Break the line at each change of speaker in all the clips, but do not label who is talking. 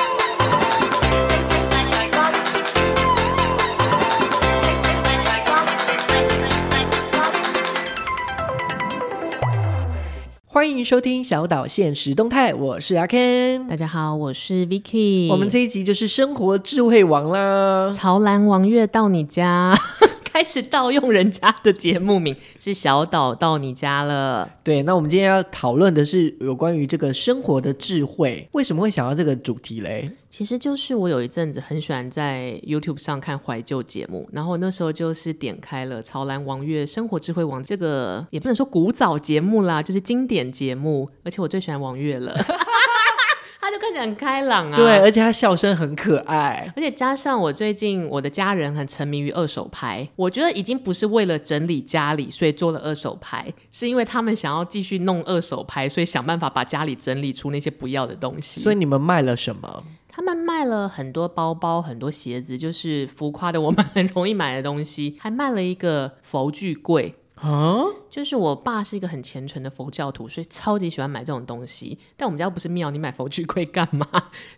星星發亮光，星星發亮光，發亮光。
欢迎收听小岛现实动态，我是阿 Ken。
大家好，我是 Vicky，
我们这一集就是生活智慧王啦，
潮蓝王月到你家。 开始盗用人家的节目名是小岛到你家了，
对，那我们今天要讨论的是有关于这个生活的智慧，为什么会想到这个主题嘞？
其实就是我有一阵子很喜欢在 YouTube 上看怀旧节目，然后那时候就是点开了潮蓝王月生活智慧网这个也不能说古早节目啦，就是经典节目，而且我最喜欢王月了， 他就看起来很开朗啊，
对，而且他笑声很可爱，
而且加上我最近我的家人很沉迷于二手牌，我觉得已经不是为了整理家里所以做了二手牌，是因为他们想要继续弄二手牌，所以想办法把家里整理出那些不要的东西。
所以你们卖了什么？
他们卖了很多包包、很多鞋子，就是浮夸的我们很容易买的东西，还卖了一个佛具柜。
啊，
就是我爸是一个很虔诚的佛教徒，所以超级喜欢买这种东西。但我们家又不是庙，你买佛具柜干嘛？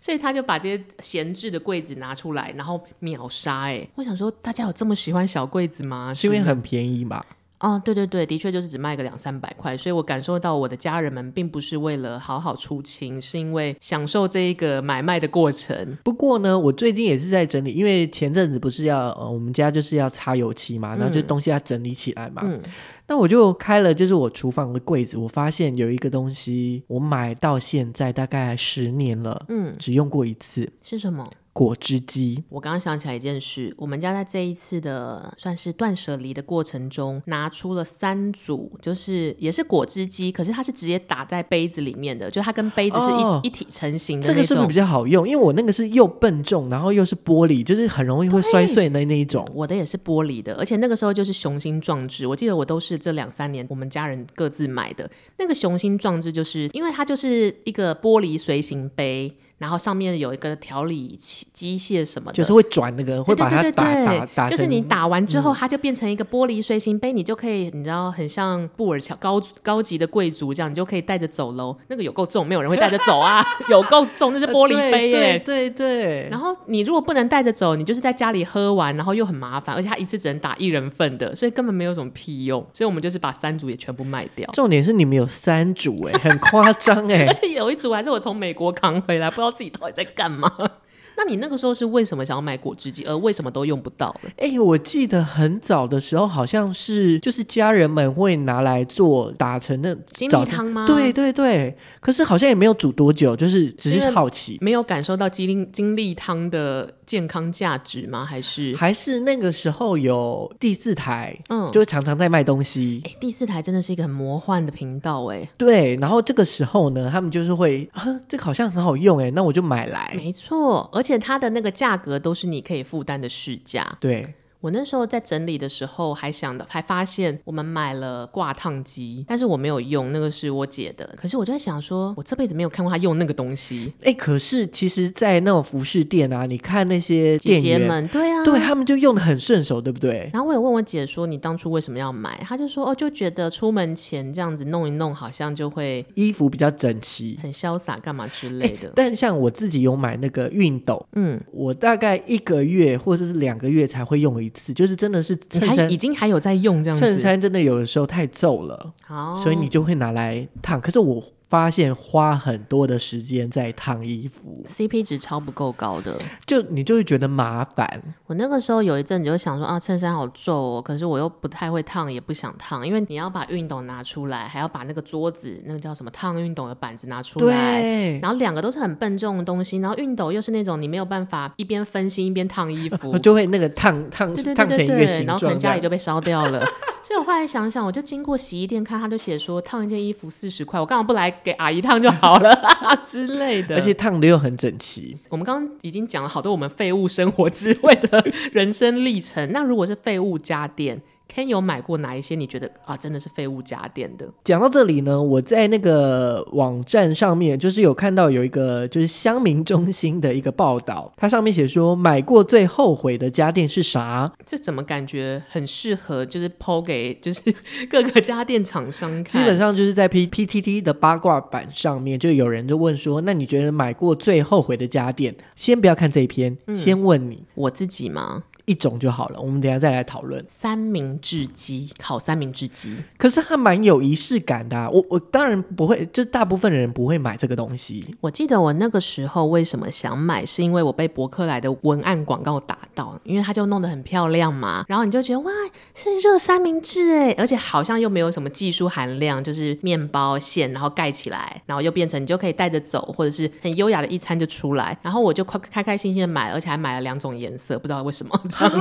所以他就把这些闲置的柜子拿出来，然后秒杀。哎，我想说，大家有这么喜欢小柜子吗？
是因为
吗
很便宜嘛？
哦，对对对，的确就是只卖个两三百块，所以我感受到我的家人们并不是为了好好出清，是因为享受这一个买卖的过程。
不过呢，我最近也是在整理，因为前阵子不是要呃，我们家就是要擦油漆嘛，然后这东西要整理起来嘛。
嗯
那我就开了，就是我厨房的柜子，我发现有一个东西，我买到现在大概十年了，
嗯，
只用过一次，
是什么？
果汁机。
我刚刚想起来一件事，我们家在这一次的算是断舍离的过程中，拿出了三组，就是也是果汁机，可是它是直接打在杯子里面的，就它跟杯子是一、
哦
一体成型的
这
那
个是不是
种
比。较好用？因为我那个是又笨重，然后又是玻璃，就是很容易会摔碎的那一种。
我的也是玻璃的，而且那个时候就是雄心壮志。我记得我都是这两三年我们家人各自买的。那个雄心壮志就是因为它就是一个玻璃随行杯，然后上面有一个调理器机械什么的，
就是会转那个，会
对
把它
对对
打
对
打
对，
打成，嗯
就是你打完之后，它就变成一个玻璃随行杯，你就可以，你知道，很像布尔乔高高级的贵族这样，你就可以带着走喽。那个有够重，没有人会带着走啊， 有够重，那是玻璃
呃对
杯耶、
对对对。
然后你如果不能带着走，你就是在家里喝完，然后又很麻烦，而且它一次只能打一人份的，所以根本没有什么屁用。所以我们就是把三组也全部卖掉，
重点是你们有三组哎、很夸张哎
而。且有一组还是我从美国扛回来，不知道自己到底在干嘛。 那你那个时候是为什么想要买果汁机，而为什么都用不到了？
哎、我记得很早的时候，好像是就是家人们会拿来做打成那
金
早
蜜汤吗？
对对对，可是好像也没有煮多久，就是只
是因
是
为
好奇，
没有感受到鸡丁精力汤的健康价值吗？还是
还是那个时候有第四台，
嗯，
就常常在卖东西。
哎、第四台真的是一个很魔幻的频道哎、
对，然后这个时候呢，他们就是会，啊、这个好像很好用哎，那我就买来。
没错，而且它的那个价格都是你可以负担的市价。
对，
我那时候在整理的时候，还想的，还发现我们买了挂烫机，但是我没有用，那个是我姐的。可是我就在想说，我这辈子没有看过她用那个东西。
哎，可是其实，在那种服饰店啊，你看那些
姐
店
姐
员，
们，对啊，
对他们就用的很顺手，对不对？
然后我也问我姐说：“你当初为什么要买？”她就说：“哦，就觉得出门前这样子弄一弄，好像就会
衣服比较整齐。
很潇洒，干嘛之类的。
哎但像我自己有买那个熨斗，
嗯，
我大概一个月或者是两个月才会用一次，就是真的是
你
衬
还
衫
已经还有在用这样子，哦
衬衫真的有的时候太皱了，
好，
所以你就会拿来烫。可是我发现花很多的时间在烫衣服，
CP 值超不够高的。
就你就会觉得麻烦。
我那个时候有一阵子就想说啊，衬衫好皱哦，可是我又不太会烫，也不想烫，因为你要把熨斗拿出来，还要把那个桌子那个叫什么烫熨斗的板子拿出来。
对，
然后两个都是很笨重的东西，然后熨斗又是那种你没有办法一边分心一边烫衣服
我，就会那个烫烫
对对对
烫成
对
一个
对，
形
然后可
状
能
这
家
样
里。就被烧掉了。所以我后来想想，我就经过洗衣店看，他就写说烫一件衣服四十块，我干嘛不来给阿姨烫就好了 之类的。
而且烫的又很整齐，
我们刚刚已 经讲了好多我们废物生活智慧的人生历程。那如果是废物家电， Ken 有买过哪一些你觉得啊真的是废物家电的？
讲到这里呢，我在那个网站上面就是有看到有一个就是乡民中心的一个报道，它上面写说买过最后悔的家电是啥？
这怎么感觉很适合就是抛给就是 各个家电厂商看？
基本上就是在 P P T T 的八卦版上面，就有人就问说，那你觉得买过最后悔的家电？先不要看这一篇，先问你
我自己嘛，
一种就好了，我们等一下再来讨论。
三明治机烤三明治机，
可是它蛮有仪式感的啊、我我当然不会，就大部分人不会买这个东西。
我记得我那个时候为什么想买，是因为我被博客来的文案广告打到，因为它就弄得很漂亮嘛，然后你就觉得哇，是热三明治哎，而且好像又没有什么技术含量，就是面包馅，然后盖起来，然后又变成你就可以带着走，或者是很优雅的一餐就出来。然后我就快开开心心的买，而且还买了两种颜色，不知道为什么 这样。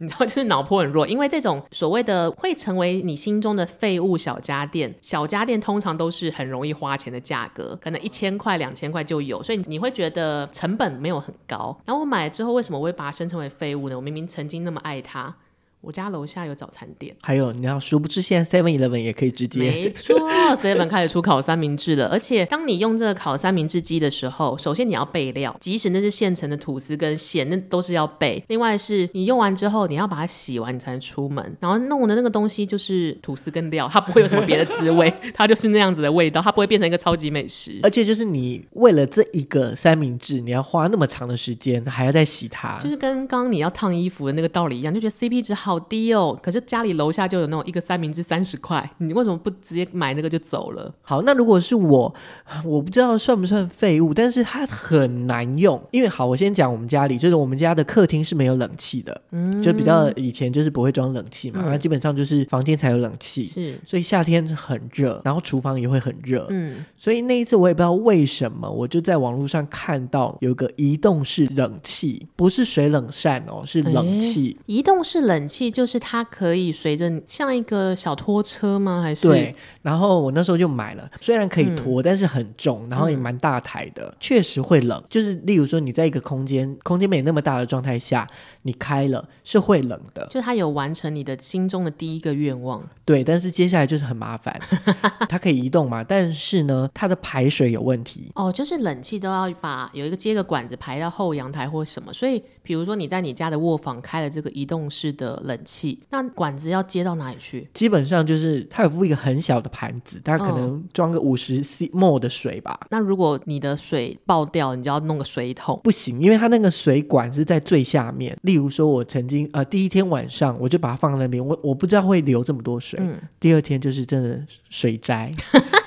你知道，就是脑波很弱，因为这种所谓的会成为你心中的废物小家电，小家电通常都是很容易花钱的价格，可能一千块、两千块就有，所以你会觉得成本没有很高。然后我买了之后，为什么我会把它升称为废物呢？我明明曾经那么爱它，我家楼下有早餐店。
还有，你要殊不知现在 Seven Eleven 也可以直接
没错，Seven 开始出烤三明治了。而且当你用这个烤三明治机的时候，首先你要备料，即使那是现成的吐司跟馅，那都是要备。另外是你用完之后，你要把它洗完，你才能出门。然后弄的那个东西就是吐司跟料，它不会有什么别的滋味，它就是那样子的味道，它不会变成一个超级美食。
而且就是你为了这一个三明治，你要花那么长的时间，还要再洗它，
就是跟刚刚你要烫衣服的那个道理一样，就觉得 CP 值好低哦。可是家里楼下就有那种一个三明治三十块，你为什么不直接买那个就走了？
好，那如果是我，我不知道算不算废物，但是它很难用。因为好，我先讲我们家里，就是我们家的客厅是没有冷气的，
嗯
就比较以前就是不会装冷气嘛，那、基本上就是房间才有冷气，
是，
所以夏天很热，然后厨房也会很热，
嗯，
所以那一次我也不知道为什么，我就在网络上看到有个移动式冷气，不是水冷扇哦，是冷气。
移动式冷气就是它可以随着你像一个小拖车吗？还是
对，然后我那时候就买了，虽然可以拖，但是很重，然后也蛮大台的，确实会冷。就是例如说，你在一个空间，空间没那么大的状态下，你开了是会冷的，
就它有完成你的心中的第一个愿望，
对。但是接下来就是很麻烦，它可以移动嘛，但是呢，它的排水有问题，
哦，就是冷气都要把有一个接个管子排到后阳台或什么，所以比如说你在你家的卧房开了这个移动式的冷气，那管子要接到哪里去？
基本上就是它有附一个很小的盘子，它可
嗯
能装个五十 c m 的水吧。
那如果你的水爆掉，你就要弄个水桶。
不行，因为它那个水管是在最下面。例如说，我曾经呃第一天晚上我就把它放在那边，我我不知道会流这么多
嗯
水。第二天就是真的水灾，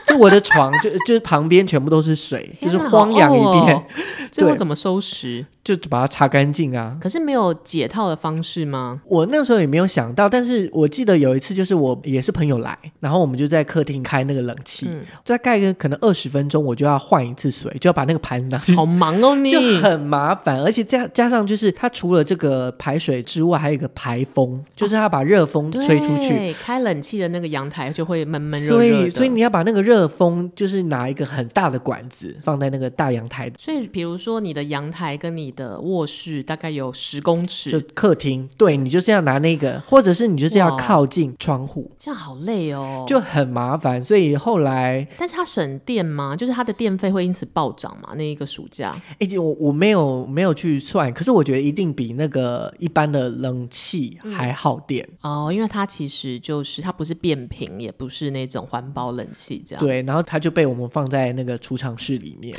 就我的 床就就是旁边全部都是水，就是
天哪
荒凉一，片，
好呕哦最后
对
怎么收拾？
就把它擦干净啊。
可是没有解套的方式 吗？
我那时候也没有想到，但是我记得有一次，就是我也是朋友来，然后我们就在客厅开那个冷气，
嗯
大概可能二十分钟，我就要换一次水，就要把那个盘子拿去
好忙哦你，
就很麻烦，而且加加上就是它除了这个排水之外，还有一个排风，就是它把热风吹出去。
啊对，开冷气的那个阳台就会闷闷热热
所以，
的
所以你要把那个热风，就是拿一个很大的管子放在那个大阳台，
所以比如说你的阳台跟你的卧室大概有十公
就
尺，
客厅。对你就是要拿那个，或者是你就是要
哇
靠近窗户，
这样好累哦。
就很麻烦。所以后来，
但是它省电吗？就是它的电费会因此暴涨吗？那一个暑假
哎、我我没有没有去算，可是我觉得一定比那个一般的冷气
嗯
还耗电。
哦，因为它其实就是它不是变频，也不是那种环保冷气这样。，
对，然后它就被我们放在那个储藏室里面。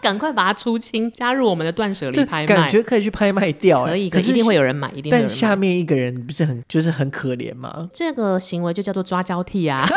赶快把它出清，加入我们的断舍离
对，
拍卖，
感觉可以去拍卖掉、欸，
可以，
可
可
是
一定会有人买，一定会有
但
人买。
下面一个人不是很就是很可怜吗？
这个行为就叫做抓交替啊。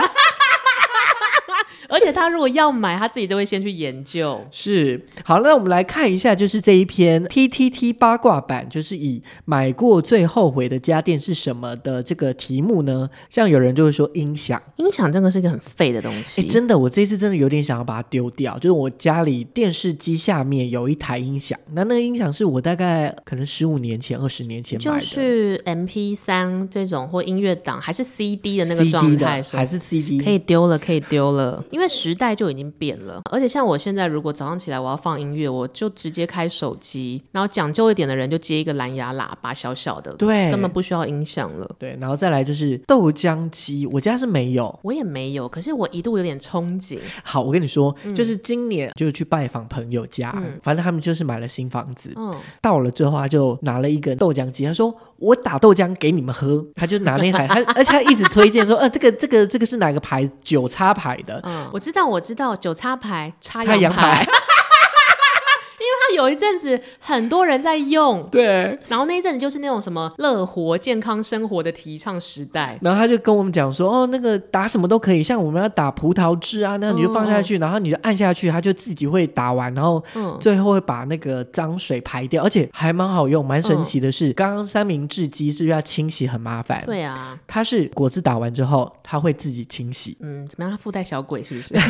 而且他如果要买，他自己就会先去研究。
是，好，那我们来看一下，就是这一篇 PTT 八卦版，就是以买过最后悔的家电是什么的这个题目呢？像有人就会说音响，
音响这个是一个很废的东
哎、
西，
真的，我这次真的有点想要把它丢掉，就是我家里电视机下面有一台音响，那那个音响是我大概可能十五年前、二十年前买
就
的。
是 M P 三这种或音乐档还是 C D 的那个
CD
状
的
态的时候
还是 CD，
可以丢了，可以丢了，因为为时代就已经变了，而且像我现在如果早上起来我要放音乐，我就直接开手机，然后讲究一点的人就接一个蓝牙喇叭，小小的，
对，
根本不需要音响了。
对，然后再来就是豆浆机，我家是没有。
我也没有，可是我一度有点憧憬，
好，我跟你说，就是今年就去拜访朋友家，
嗯
反正他们就是买了新房子，
嗯，
到了之后他就拿了一个豆浆机，他说我打豆浆给你们喝，他就拿那台，他而且他一直推荐说，呃，这个这个这个是哪个牌？九叉牌 的，
嗯，我知道，我知道，九叉牌、插
太阳
羊牌，
牌
因为，它有一阵子很多人在用，
对。
然后那一阵子就是那种什么乐活健康生活的提倡时代，
然后他就跟我们讲说，哦，那个打什么都可以，像我们要打葡萄汁啊，那你就放下去，然后你就按下去，它就自己会打完，然后
嗯，
最后会把那个脏水排掉，而且还蛮好用，蛮神奇的是，刚刚三明治机是不是要清洗很麻烦？，
嗯对啊，，
它是果汁打完之后，它会自己清洗
嗯，怎么样？它附带小鬼是不是？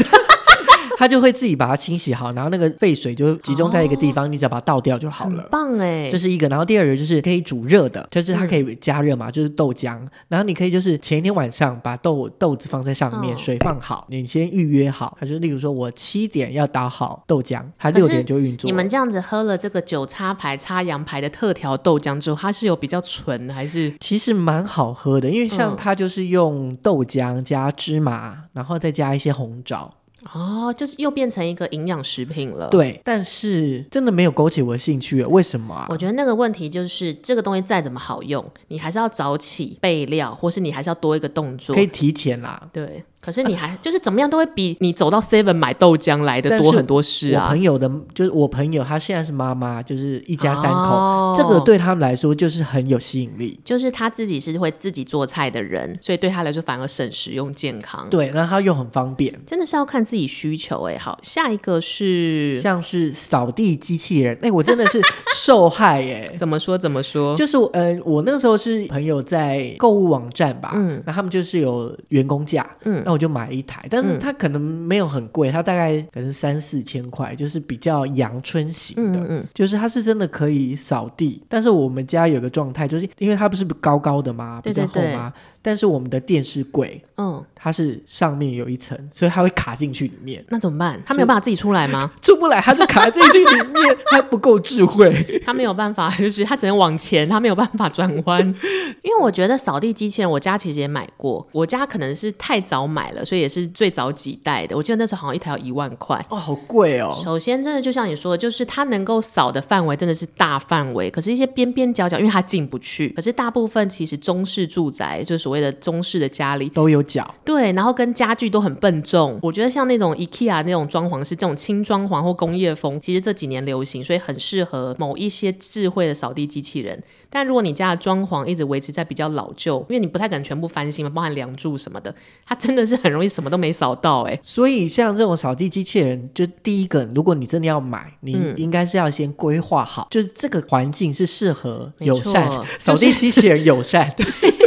它就会自己把它清洗好，然后那个废水就集中在一个地方，你只要把它倒掉就好
很
了。
棒哎、
这是一个，然后第二个就是可以煮热的，就是
嗯
它可以加热嘛，就是豆浆。然后你可以就是前一天晚上把豆豆子放在上面，
嗯
水放好，你先预约好。它就例如说我七点要打好豆浆，它
可是
六点就运作。
你们这样子喝了这个九叉牌、叉羊牌的特调豆浆之后，它是有比较纯还是？
其实蛮好喝的，因为像
嗯
它就是用豆浆加芝麻，然后再加一些红枣。
哦，就是又变成一个营养食品了。，
对，但是真的没有勾起我的兴趣，为什么啊
我？觉得那个问题就是，这个东西再怎么好用，你还是要早起备料，或是你还是要多一个动作
可。以提前啦。
对，可是你还就是怎么样都会比你走到 Seven 买豆浆来的
但
多
是
很多事
我
啊。
朋友的，就是我朋友，她现在是妈妈，就是一家三口，
哦
这个对他们来说就是很有吸引力。
就是他自己是会自己做菜的人，所以对他来说反而省时用健康。
对，然后它又很方便，
真的是要看自己需求哎、好，下一个是
像是扫地机器人，哎、我真的是受害耶、
怎么说怎么说？
就是我呃，我那个时候是朋友在购物网站吧，
嗯
那他们就是有员工价，
嗯
那我就买了一台，但是它可能没有很贵，它大概可能三四千块，就是比较阳春型的。
嗯嗯
就是它是真的可以扫地，但是我们家有个状态，就是因为它不是高高的嘛，比
对
较
对
厚
对
嘛，但是我们的电视柜
嗯，
它是上面有一层，所以它会卡进去里面，
那怎么办？他没有办法自己出来吗？
出不来，它就卡进去里面，它不够 智慧。
他没有办法，就是他只能往前，他没有办法转弯。 因为我觉得扫地机器人，我家其实也买过，我家可能是太早买了，所以也是最早几代的。我记得那时候好像一台要一万块。
哦，好贵哦。
首先，真的就像你说的，就是它能够扫的范围真的是大范围，可是一些边边角角，因为它进不去。可是大部分其实中式住宅，就是所谓的中式的家里，
都有脚，
对，然后跟家具都很笨重。我觉得像那种 IKEA 那种装潢是这种轻装潢或工业风，其实这几年流行，所以很适合某一些智慧的扫地机器人。但如果你家的装潢一直维持在比较老旧，因为你不太可能全部翻新嘛，包含梁柱什么的，它真的是很容易什么都没扫到、欸。哎，
所以像这种扫地机器人，就第一个，如果你真的要买，你
嗯
应该是要先规划好，就是这个环境是适合
没
友善
错
扫
就是
地机器人 友善，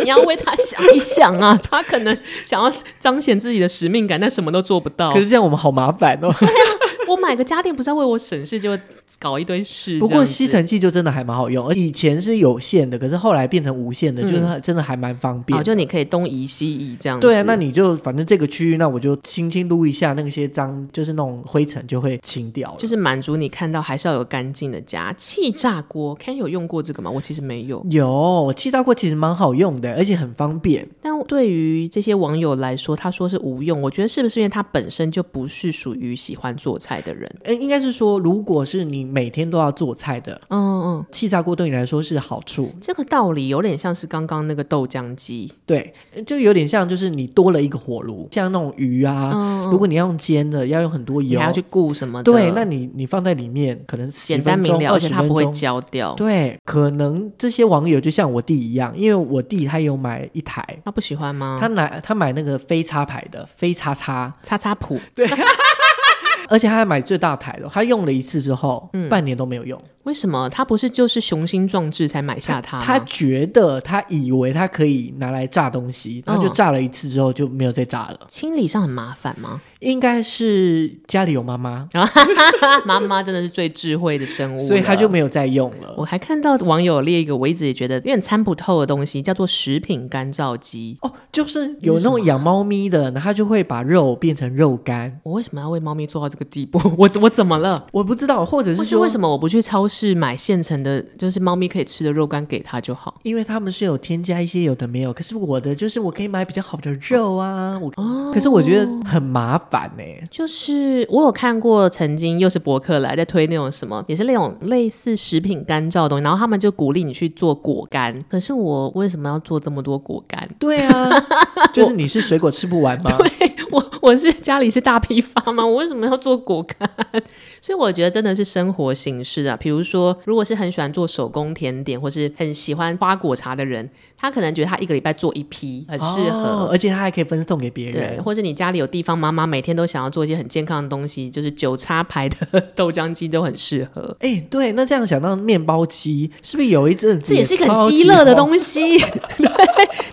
你要为他想一想啊，他可能想要彰显自己的使命感，但什么都做不到
可。是这样我们好麻烦哦。
我买个家电不是要为我省事，就搞一堆事。
不
这
过
样子
吸尘器就真的还蛮好用，而以前是有线的，可是后来变成无线的，就是真的还蛮方便
哦，。嗯就你可以东移西移这样子。
对啊，那你就反正这个区域，那我就轻轻撸一下，那些脏就是那种灰尘就会清掉了。
就是满足你看到还是要有干净的家。气炸锅，Ken 有用过这个吗？我其实没有。
有气炸锅其实蛮好用的，而且很方便。
但对于这些网友来说，他说是无用，我觉得是不是因为他本身就不是属于喜欢做菜的人？
呃，应该是说，如果是你每天都要做菜的，
嗯嗯，
气炸锅对你来说是好处，
这个道理有点像是刚刚那个豆浆机，
对，就有点像就是你多了一个火炉，像那种鱼啊，如果你要用煎的，要用很多
嗯你
油
还，要去顾什么的？
对，那你你放在里面可能10
简单
分
明
钟
了，而且
20
它不会
分钟
焦掉。
对，可能这些网友就像我弟一样，因为我弟他有买一台，
他不喜欢吗？
他买他买那个非插牌的非叉叉，
擦擦谱，嗯
而且他还买最大台的，他用了一次之后，半年都没有用，
为什么他不是就是雄心壮志才买下它吗？
他觉得他以为他可以拿来炸东西，然后就
嗯
炸了一次之后就没有再炸了。
清理上很麻烦吗？
应该是家里有妈妈，
妈妈真的是最智慧的生物了，
所以他就没有再用了。
我还看到网友列一个我一直也觉得有点参不透的东西，叫做食品干燥机。
哦，就是有那种养猫咪的，然后他就会把肉变成肉干。
我为什么要为猫咪做到这个地步？ 我我怎么了？
我不知道，或者
或
是
是
说
为什么我不去超市买现成的，就是猫咪可以吃的肉干给它就好？
因为他们是有添加一些有的没有，可是我的就是我可以买比较好的肉啊，我、
哦
可是我觉得很麻烦呢、
就是我有看过，曾经又是博客来在推那种什么，也是那种类似食品干燥的东西，然后他们就鼓励你去做果干。可是我为什么要做这么多果干？
对啊， 就是你是水果吃不 完吗？
我我是家里是大批发吗？我 为什么要做果干？ 所以我觉得真的是生活形式啊。比如说，如果是很喜欢做手工甜点，或是很喜欢花果茶的人，他可能觉得他一个礼拜做一批很适合。
哦而且它还可以分送给别
对，
人。
或者你家里有地方，妈妈每天都想要做一些很健康的东西，就是九叉牌的豆浆机都很适 合。
哎、对，那这样想到面包机，是不是有一阵子
这也是一个很
超级
鸡肋的
红
东西， 对。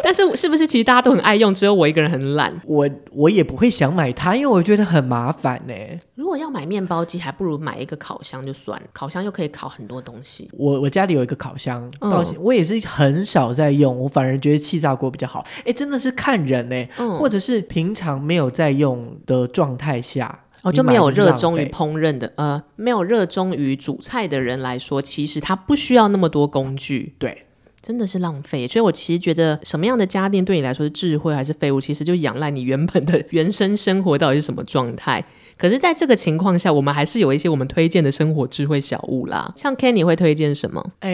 但是是不是其实大家都很爱用，只有我一个人很懒？
我我也不会想买它，因为我觉得很麻烦呢、
如果要买面包机，还不如买一个烤箱就算，了，烤箱又可以烤很多东西。
我我家里有一个烤箱，
嗯
到现我也是很少在用，我反而觉得气炸锅比较好。哎、真的是看人呢、
嗯
或者是平常没有在用的状态下，
哦，
你
就
买
没有
是
热
浪
衷于
费
烹饪的，呃，没有热衷于煮菜的人来说，其实他不需要那么多工具，
对。
真的是浪费。所以我其实觉得，什么样的家电对你来说是智慧还是废物，其实就仰赖你原本的原生生活到底是什么状态。可是，在这个情况下，我们还是有一些我们推荐的生活智慧小物啦。像 Kenny 会推荐什么？
哎、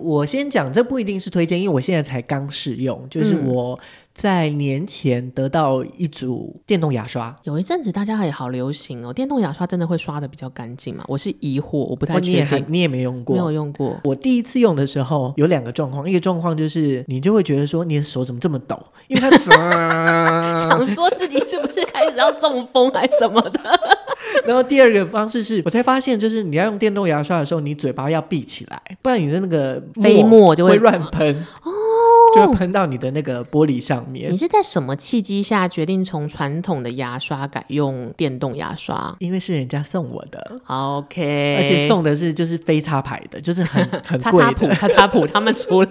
我先讲，这不一定是推荐，因为我现在才刚试用，就是
嗯
我在年前得到一组电动牙刷。
有一阵子大家也好流行哦，电动牙刷真的会刷的比较干净嘛？我是疑惑，我不
哦
太
你也
确
还
定，
你也没用过，
没有用过。
我第一次用的时候有两个状况，一个状况就是你就会觉得说你的手怎么这么抖，因为它
想说自己是不是开始要中风还是什么的？
然后第二个方式是我才发现，就是你要用电动牙刷的时候，你嘴巴要闭起来，不然你的那个
飞沫就会
会乱喷哦，就会喷到你的那个玻璃上面
你。是在什么契机下决定从传统的牙刷改用电动牙刷
因为是人家送我的，
？OK，
而且送的是就是非插牌的，就是 很很
叉
贵
叉普
的。
叉叉普，他们除 了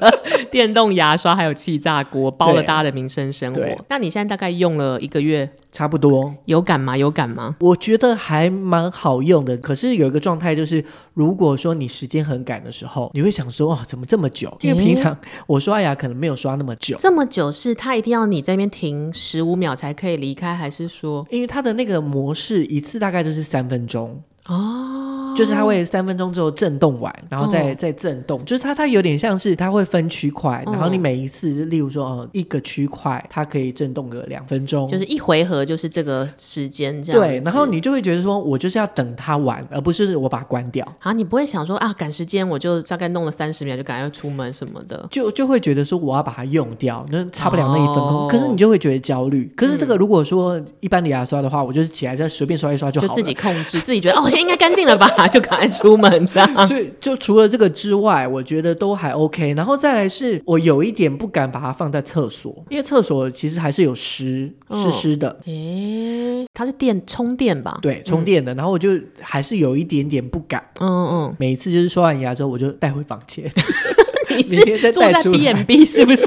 电动牙刷，还有气炸锅，包了大家的民生生
对
活。那你现在大概用了一个月，
差不多。
有感吗？有感吗？
我觉得还蛮好用的，可是有一个状态就是，如果说你时间很赶的时候，你会想说，哇，哦怎么这么久？因为
诶
平常我刷牙可能没有刷那么久，
这么久是他一定要你这边停十五秒才可以离开，还是说
因为它的那个模式一次大概就是三分钟，
哦，
就是它会三分钟之后震动完，然后再、
哦
再震动，就是它它有点像是它会分区块，
嗯
然后你每一次，例如说哦一个区块，它可以震动个两分钟，
就是一回合就是这个时间这样子？
哦对，然后你就会觉得说我就是要等它完，而不是我把它关掉。
啊，你不会想说啊，赶时间我就大概弄了三十秒就赶快出门什么的。
就就会觉得说我要把它用掉，那差不了那一分钟，
哦嗯
可是你就会觉得焦虑。可是这个如果说一般的牙刷的话，我就是起来再随便刷一刷就好
就
了。
自己控制，自己觉得哦，我现在应该干净了吧， 就赶快出门这样。
所以就除了这个之外，我觉得都还 OK。然后再来是我有一点不敢把它放在厕所，因为厕所其实还是有湿
嗯
湿湿的，
诶、嗯它是电充电吧？，
对，充电的。然后我就还是有一点点不敢。
嗯
每一次就是刷完牙之后，我就带回房间，
嗯，你
明天
是
再
住
带
在
出来
B N B 是不 是？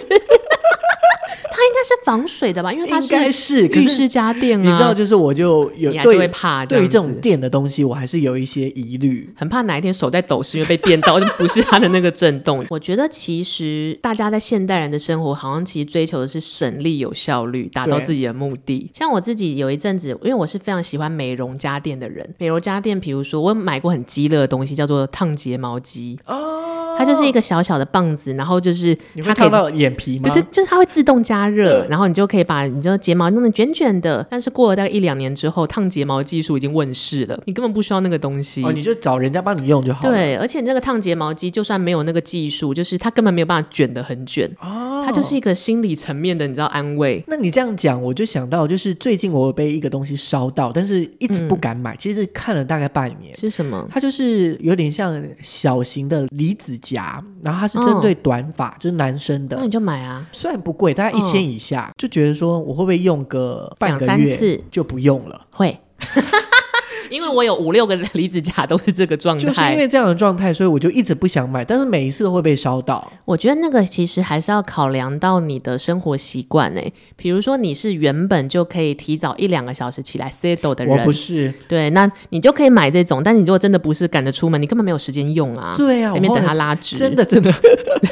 它应该是防水的吧，因为它
应该是。可
浴
是
室家电啊，
你知道，就是我就有
你还是会
对
怕这
对于
样
这种
子。
电的东西，我还是有一些疑虑。
很怕哪一天手在抖是因为被电到，就不是它的那个震动。 我觉得其实大家在现代人的生活，好像其实追求的是省力、有效率，达到
对
自己的目的。像我自己有一阵子，因为我是非常喜欢美容家电的人，美容家电，比如说我买过很鸡肋的东西，叫做烫睫毛机。哦，它就是一个小小的棒子，然后就是
你
它
会
可
烫
以
到眼皮吗？
对对，就是它会自动加热，然后你就可以把你这睫毛弄得卷卷的。但是过了大概一两年之后，烫睫毛技术已经问世了，你根本不需要那个东西。
哦，你就找人家帮你用就好了。哦
对，而且那个烫睫毛机就算没有那个技术，就是它根本没有办法卷得很卷，它它就是一个心理层面的，你知道安慰。
那你这样讲，我就想到，就是最近我有被一个东西烧到，但是一直不敢买。
嗯
其实看了大概半年，
是什么？
它就是有点像小型的离子夹，然后它是针对短发，就是男生
那
的
你，就买啊，
虽然不贵，大概一千以下，就觉得说我会不会用个半个
两三
月
次
就不用了。
会， 因为我有五六个离子夹都是这个状态。
就是因为这样的状态，所以我就一直不想买，但是每一次都会被烧到。
我觉得那个其实还是要考量到你的生活习惯诶，比如说你是原本就可以提早一两个小时起来 settle 的
我
人
不，是，
对，那你就可以买这种。但你如果真的不是赶着出门，你根本没有时间用啊，
对
在
啊，我
那边
后
等它
来
拉直，
真的真的，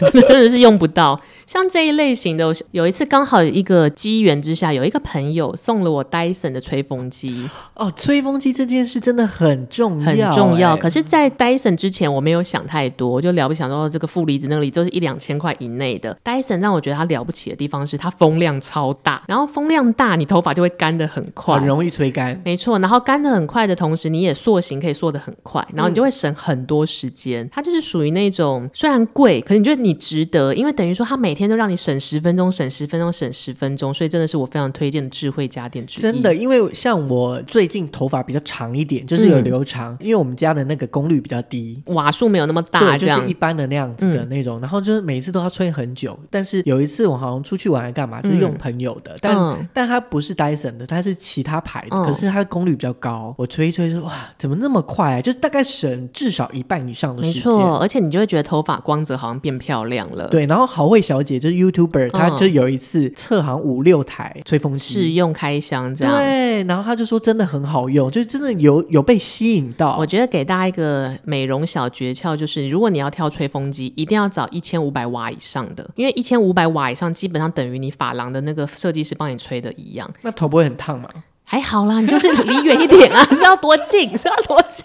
真的是用不到。像这一类型的，有一次刚好一个机缘之下，有一个朋友送了我 Dyson 的吹风机，
哦，吹风机这件事真的很重要、
很重要。
哎
可是，在 Dyson 之前，我没有想太多，我就了不想说哦这个负离子那个离子都是一两千块以内的。Dyson 让我觉得它了不起的地方是它风量超大，然后风量大，你头发就会干得很快。
很容易吹干。
没错，然后干得很快的同时，你也塑形可以塑得很快，然后你就会省很多时间。它就是属于那种虽然贵，可是你觉得你值得，因为等于说它每天都让你省十分钟、省十分钟、省十分钟，所以真的是我非常推荐的智慧家电之一。
真的，，因为像我最近头发比较长一点，
嗯
就是有留长，因为我们家的那个功率比较低，
瓦数没有那么大，
对，
这
就
样、嗯
是一般的那样子的那种。然后就是每一次都要吹很久，但是有一次我好像出去玩还干嘛，就是用朋友的，但、
嗯
但它不是 Dyson 的，它是其他牌的，
嗯
可是它的功率比较高。我吹一吹说哇，怎么那么快啊？就是大概省至少一半以上的
没
时间。
错，而且你就会觉得头发光泽好像变漂亮了。，
对，然后好味小姐就是 YouTuber，、她
嗯
就有一次测好像五六台吹风
试
机，
用开箱这样。
对，然后她就说真的很好用，就真的有有被吸引到
我。觉得给大家一个美容小诀窍，就是如果你要挑吹风机，一定要找一千五百瓦以上的，因为一千五百瓦以上基本上等于你发廊的那个设计师帮你吹的一样。
那头不会很烫吗？
还好啦，你就是离远一点啊，是要多近，是要多近，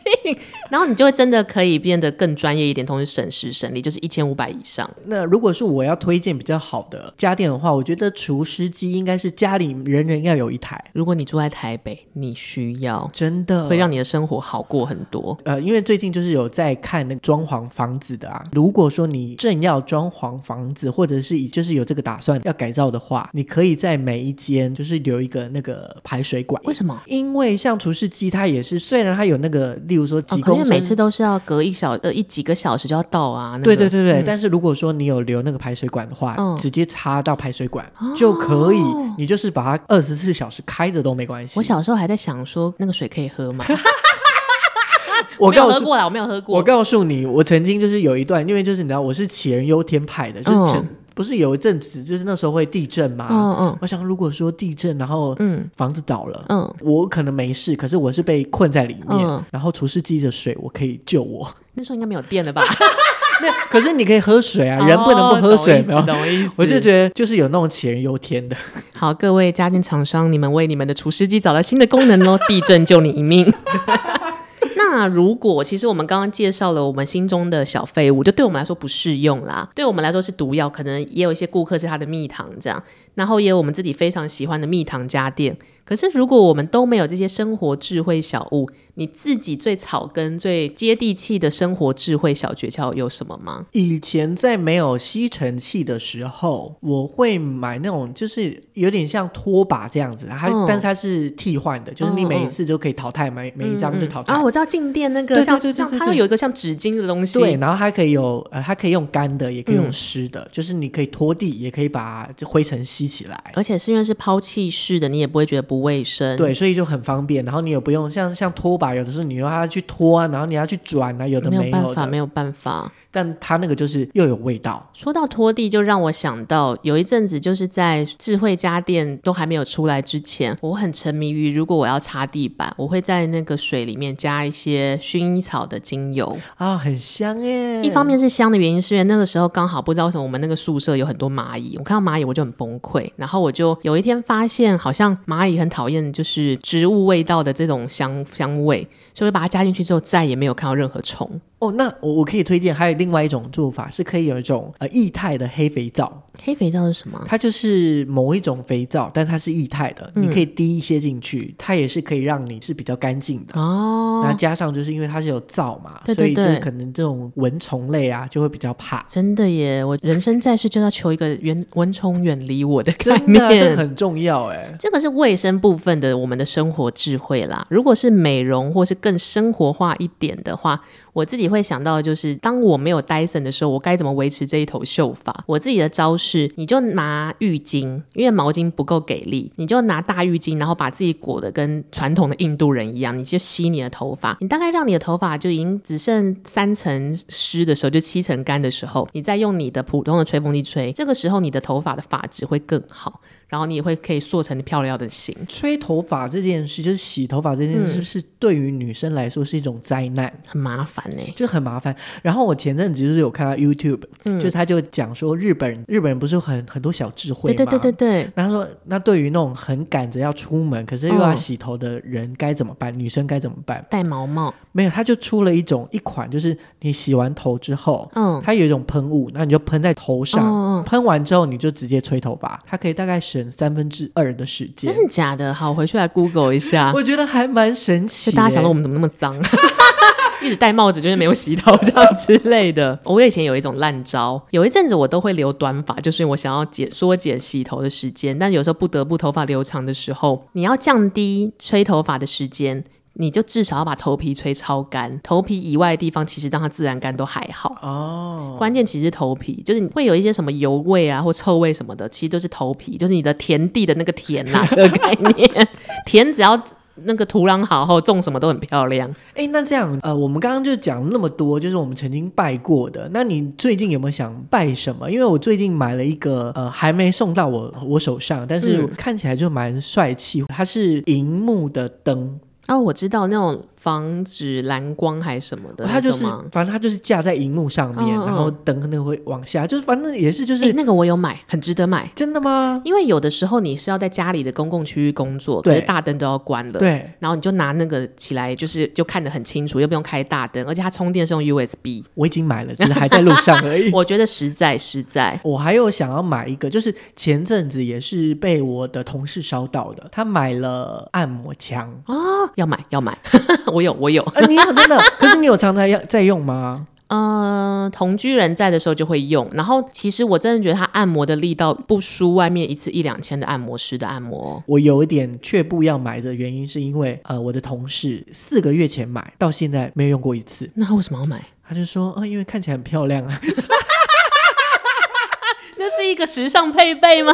然后你就会真的可以变得更专业一点，同时省时省力，就是一千五百以上。
那如果是我要推荐比较好的家电的话，我觉得除湿机应该是家里人人要有一台，
如果你住在台北，你需要
真的
会让你的生活好过很多。
呃，因为最近就是有在看那个装潢房子的啊。如果说你正要装潢房子，或者是以就是有这个打算要改造的话，你可以在每一间就是留一个那个排水管。
为什么？
因为像除湿机，它也是虽然它有那个，例如说
哦
几，
可
公
是
升，
每次都是要隔一小呃一几个小时就要到啊。那个、
对对对对，但是如果说你有留那个排水管的话，
嗯哦
直接插到排水管、就可以，你就是把它二十四小时开着都没关系。
我小时候还在想说，那个水可以喝 吗？
我
没有
告
喝
诉
过啦，我没有喝过。
我告诉你，我曾经就是有一段，因为就是你知道我是杞人忧天派的，就是
嗯
曾、不是有一阵子就是那时候会地震嘛，
嗯嗯
我想如果说地震，然后
嗯
房子倒了。
嗯，
我可能没事，可是我是被困在里面，
嗯
然后除湿机的水我可以救我。
那时候应该没有电 了吧？
没有，可是你可以喝水啊，人不能不喝水，没
哦
有。
懂意思。懂意思
我就觉得就是有那种杞人忧天的。
好，各位家电厂商，你们为你们的除湿机找到新的功能 喽！地震救你一命。 那如果其实我们刚刚介绍了我们心中的小废物，就对我们来说不适用啦，对我们来说是毒药，可能也有一些顾客是他的蜜糖这样，然后也有我们自己非常喜欢的蜜糖家电。可是如果我们都没有这些生活智慧小物，你自己最草根、最接地气的生活智慧小诀窍有什么吗？
以前在没有吸尘器的时候，我会买那种就是有点像拖把这样子，它、
嗯
但是它是替换的，就是你
嗯
每一次就可以淘汰，每每一张就淘汰。
啊，我知道静电那个
对
像
对对对
像
对
它
对
有一个像纸巾的东西，
对，然后它可以有呃，它可以用干的，也可以用
嗯
湿的，就是你可以拖地，也可以把这灰尘吸起来。
而且是因为是抛弃式的，你也不会觉得不卫生。
对，所以就很方便。然后你也不用像像拖把，有的时候你又要去拖啊，然后你要去转啊，有的
没有办
有
法，
的。
没有办法。
但它那个就是又有味道，
说到拖地，就让我想到有一阵子，就是在智慧家电都还没有出来之前，我很沉迷于，如果我要擦地板，我会在那个水里面加一些薰衣草的精油。
啊、很香哎。
一方面是香的原因，是因为那个时候刚好不知道为什么我们那个宿舍有很多蚂蚁，我看到蚂蚁我就很崩溃。然后我就有一天发现，好像蚂蚁很讨厌就是植物味道的这种香香味，所以我就把它加进去之后，再也没有看到任何虫。
哦，那我我可以推荐还有另外一种做法，是可以有一种呃液态的黑肥皂，
黑肥皂是什么？啊
它就是某一种肥皂，但它是液态的，
嗯
你可以滴一些进去，它也是可以让你是比较干净的。那
哦，
加上就是因为它是有皂嘛，
对对
所以就是
对
可能这种蚊虫类啊就会比较怕。
真的耶！我人生在世就要求一个远蚊虫远离我的概
真的，这
念。
很重要哎、
这个是卫生部分的我们的生活智慧啦。如果是美容或是更生活化一点的话，我自己会想到的就是，当我没有 Dyson 的时候，我该怎么维持这一头秀发？我自己的招式，你就拿浴巾，因为毛巾不够给力，你就拿大浴巾，然后把自己裹得跟传统的印度人一样，你就吸你的头发，你大概让你的头发就已经只剩三层湿的时候，就七层干的时候，你再用你的普通的吹风机吹，这个时候你的头发的发质会更好，然后你也会可以塑成漂亮的型。
吹头发这件事，就是洗头发这件
嗯
事，是对于女生来说是一种灾难，
很麻烦欸呢、
就很麻烦。然后我前阵子就是有看到 YouTube，、就是
嗯
他就讲说日本日本人不是有很很多小智慧
对
吗？
对对对对，
然后他说，那对于那种很赶着要出门，可是又
哦
要洗头的人该怎么办？女生该怎么办？
戴毛帽，
没有，他就出了一种一款，就是你洗完头之后，
嗯，
它有一种喷雾，那你就喷在头上，
嗯嗯，
喷完之后你就直接吹头发，它可以大概省三分之二的时间
真。的假的？好，我回去来 Google 一下。
我觉得还蛮神奇
就
耶，
大家想说我们怎么那么脏， 一直戴帽子就是没有洗头这样之类的。我以前有一种烂招，有一阵子我都会留短发，就是因为我想要解缩减洗头的时间，但有时候不得不头发留长的时候，你要降低吹头发的时间。你就至少要把头皮吹超干，头皮以外的地方其实让它自然干都还好。
哦，
关键其实是头皮，就是你会有一些什么油味啊或臭味什么的，其实都是头皮，就是你的田地的那个田 啦、这个概念。田只要那个土壤好后，种什么都很漂亮。
哎，那这样，呃，我们刚刚就讲那么多，就是我们曾经拜过的。那你最近有没有想拜什么？因为我最近买了一个，呃，还没送到我我手上，但是
嗯
看起来就蛮帅气。它是荧幕的灯，
啊，我知道那种防止蓝光还哦是什么的，
它
那
就
种
是
吗，
反正它就是架在荧幕上面，
嗯嗯
然后灯那个会往下，就是反正也是就
诶
是、
那个我有买，很值得买。
真的吗？
因为有的时候你是要在家里的公共区域工作，可
对
是大灯都要关了，
对，
然后你就拿那个起来，就是就看得很清楚，又不用开大灯，而且它充电是用 USB，
我已经买了，只是还在路上 而已。
我觉得实在实在。
我还有想要买一个，就是前阵子也是被我的同事烧到的，他买了按摩枪。
啊要买要买， 我有我有，
啊，你有真的？可是你有常常要在用吗？
嗯、同居人在的时候就会用，然后其实我真的觉得他按摩的力道不输外面一次一两千的按摩师的按摩哦。
我有一点却步要买的原因，是因为呃，我的同事四个月前买到现在没有用过一次，
那他为什么要买？
他就说，呃，因为看起来很漂亮啊。
那是一个时尚配备吗？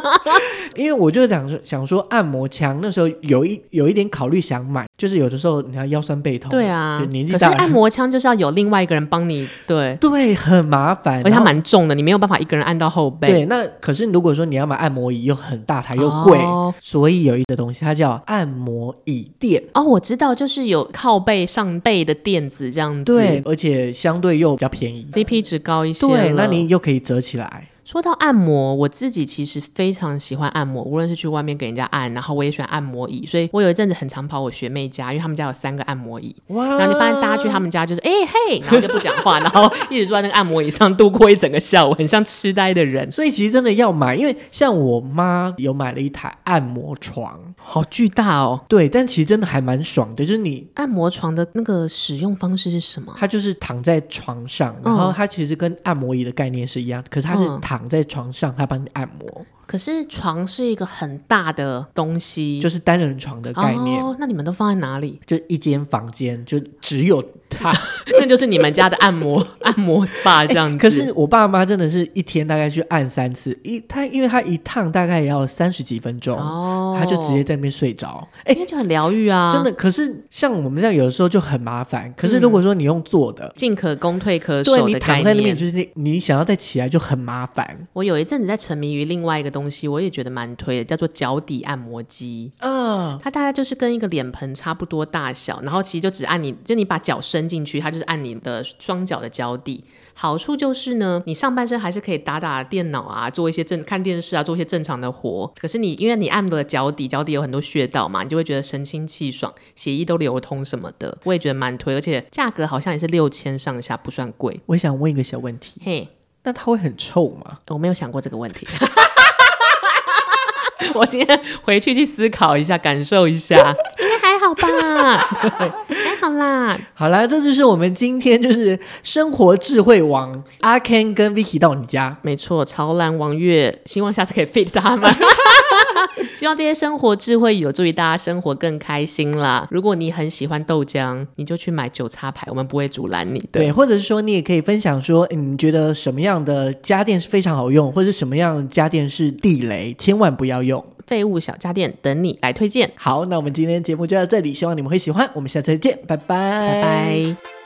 因为我就想说，想说按摩枪那时候有一有一点考虑想买，就是有的时候你看腰酸背痛，
对啊，
年纪
可是
大
按
了，
摩枪就是要有另外一个人帮你，对，
对，很麻烦。
而且它
然后
蛮重的，你没有办法一个人按到后背。
对，那可是如果说你要买按摩椅，又很大台又贵，
哦
所以有一个东西它叫按摩椅垫。
哦，我知道，就是有靠背、上背的垫子这样子，
对，而且相对又比较便宜。
，CP 值高一些了。
对，那你又可以折起来。
说到按摩，我自己其实非常喜欢按摩，无论是去外面给人家按，然后我也喜欢按摩椅，所以我有一阵子很常跑我学妹家，因为他们家有三个按摩椅。
哇
然后你发现大家去他们家就是哎、嘿，然后就不讲话，然后一直坐在那个按摩椅上度过一整个下午，很像痴呆的人，
所以其实真的要买，因为像我妈有买了一台按摩床，
好巨大哦！
对，但其实真的还蛮爽的，就是你。
按摩床的那个使用方式是什么？啊
她就是躺在床上，
嗯
然后它其实跟按摩椅的概念是一样，可是它是
嗯
躺在床上，它帮你按摩，
可是床是一个很大的东西，
就是是单人床的概念，
哦，那你们都放在哪里？
就一间房间就只有它。
那 就是你们家的按摩按摩 SPA 这样子。
哎可是我爸妈真的是一天大概去按三次，一他因为他一趟大概也要三十几分钟，
哦，
他就直接在那边睡着。哎、
因为就很疗愈啊，
真的，可是像我们这样，有的时候就很麻烦。可是如果说你用坐的，
进可攻退可
对
守嗯
你
的概
躺在那
念。
边，就是你你想要再起来就很麻烦。
我有一阵子在沉迷于另外一个东西，我也觉得蛮推的，叫做脚底按摩机。
嗯，
它大概就是跟一个脸盆差不多大小，然后其实就只按你，就你把脚伸进去，它就是按你的双脚的脚底。好处就是呢，你上半身还是可以打打电脑啊，做一些正看电视啊，做一些正常的活。可是你因为你按了脚底，脚底有很多穴道嘛，你就会觉得神清气爽，血液都流通什么的。我也觉得蛮推，而且价格好像也是六千上下，不算贵。
我想问一个小问题，
嘿，
那它会很臭吗？
我没有想过这个问题。 我今天回去去思考一下，感受一下，应该还好吧？还好啦。
好啦，这就是我们今天就是生活智慧王阿 Ken 跟 Vicky 到你家。
没错，潮蓝王月，希望下次可以 fit 他们。 希望这些生活智慧有助于大家生活更开心啦。如果你很喜欢豆浆，你就去买九叉牌，我们不会阻拦你的。
对，或者是说你也可以分享说，嗯你觉得什么样的家电是非常好用，或者是什么样的家电是地雷，千万不要用。
废物小家电等你来推荐，
好，那我们今天节目就到这里，希望你们会喜欢，我们下次再见，拜拜，
拜拜。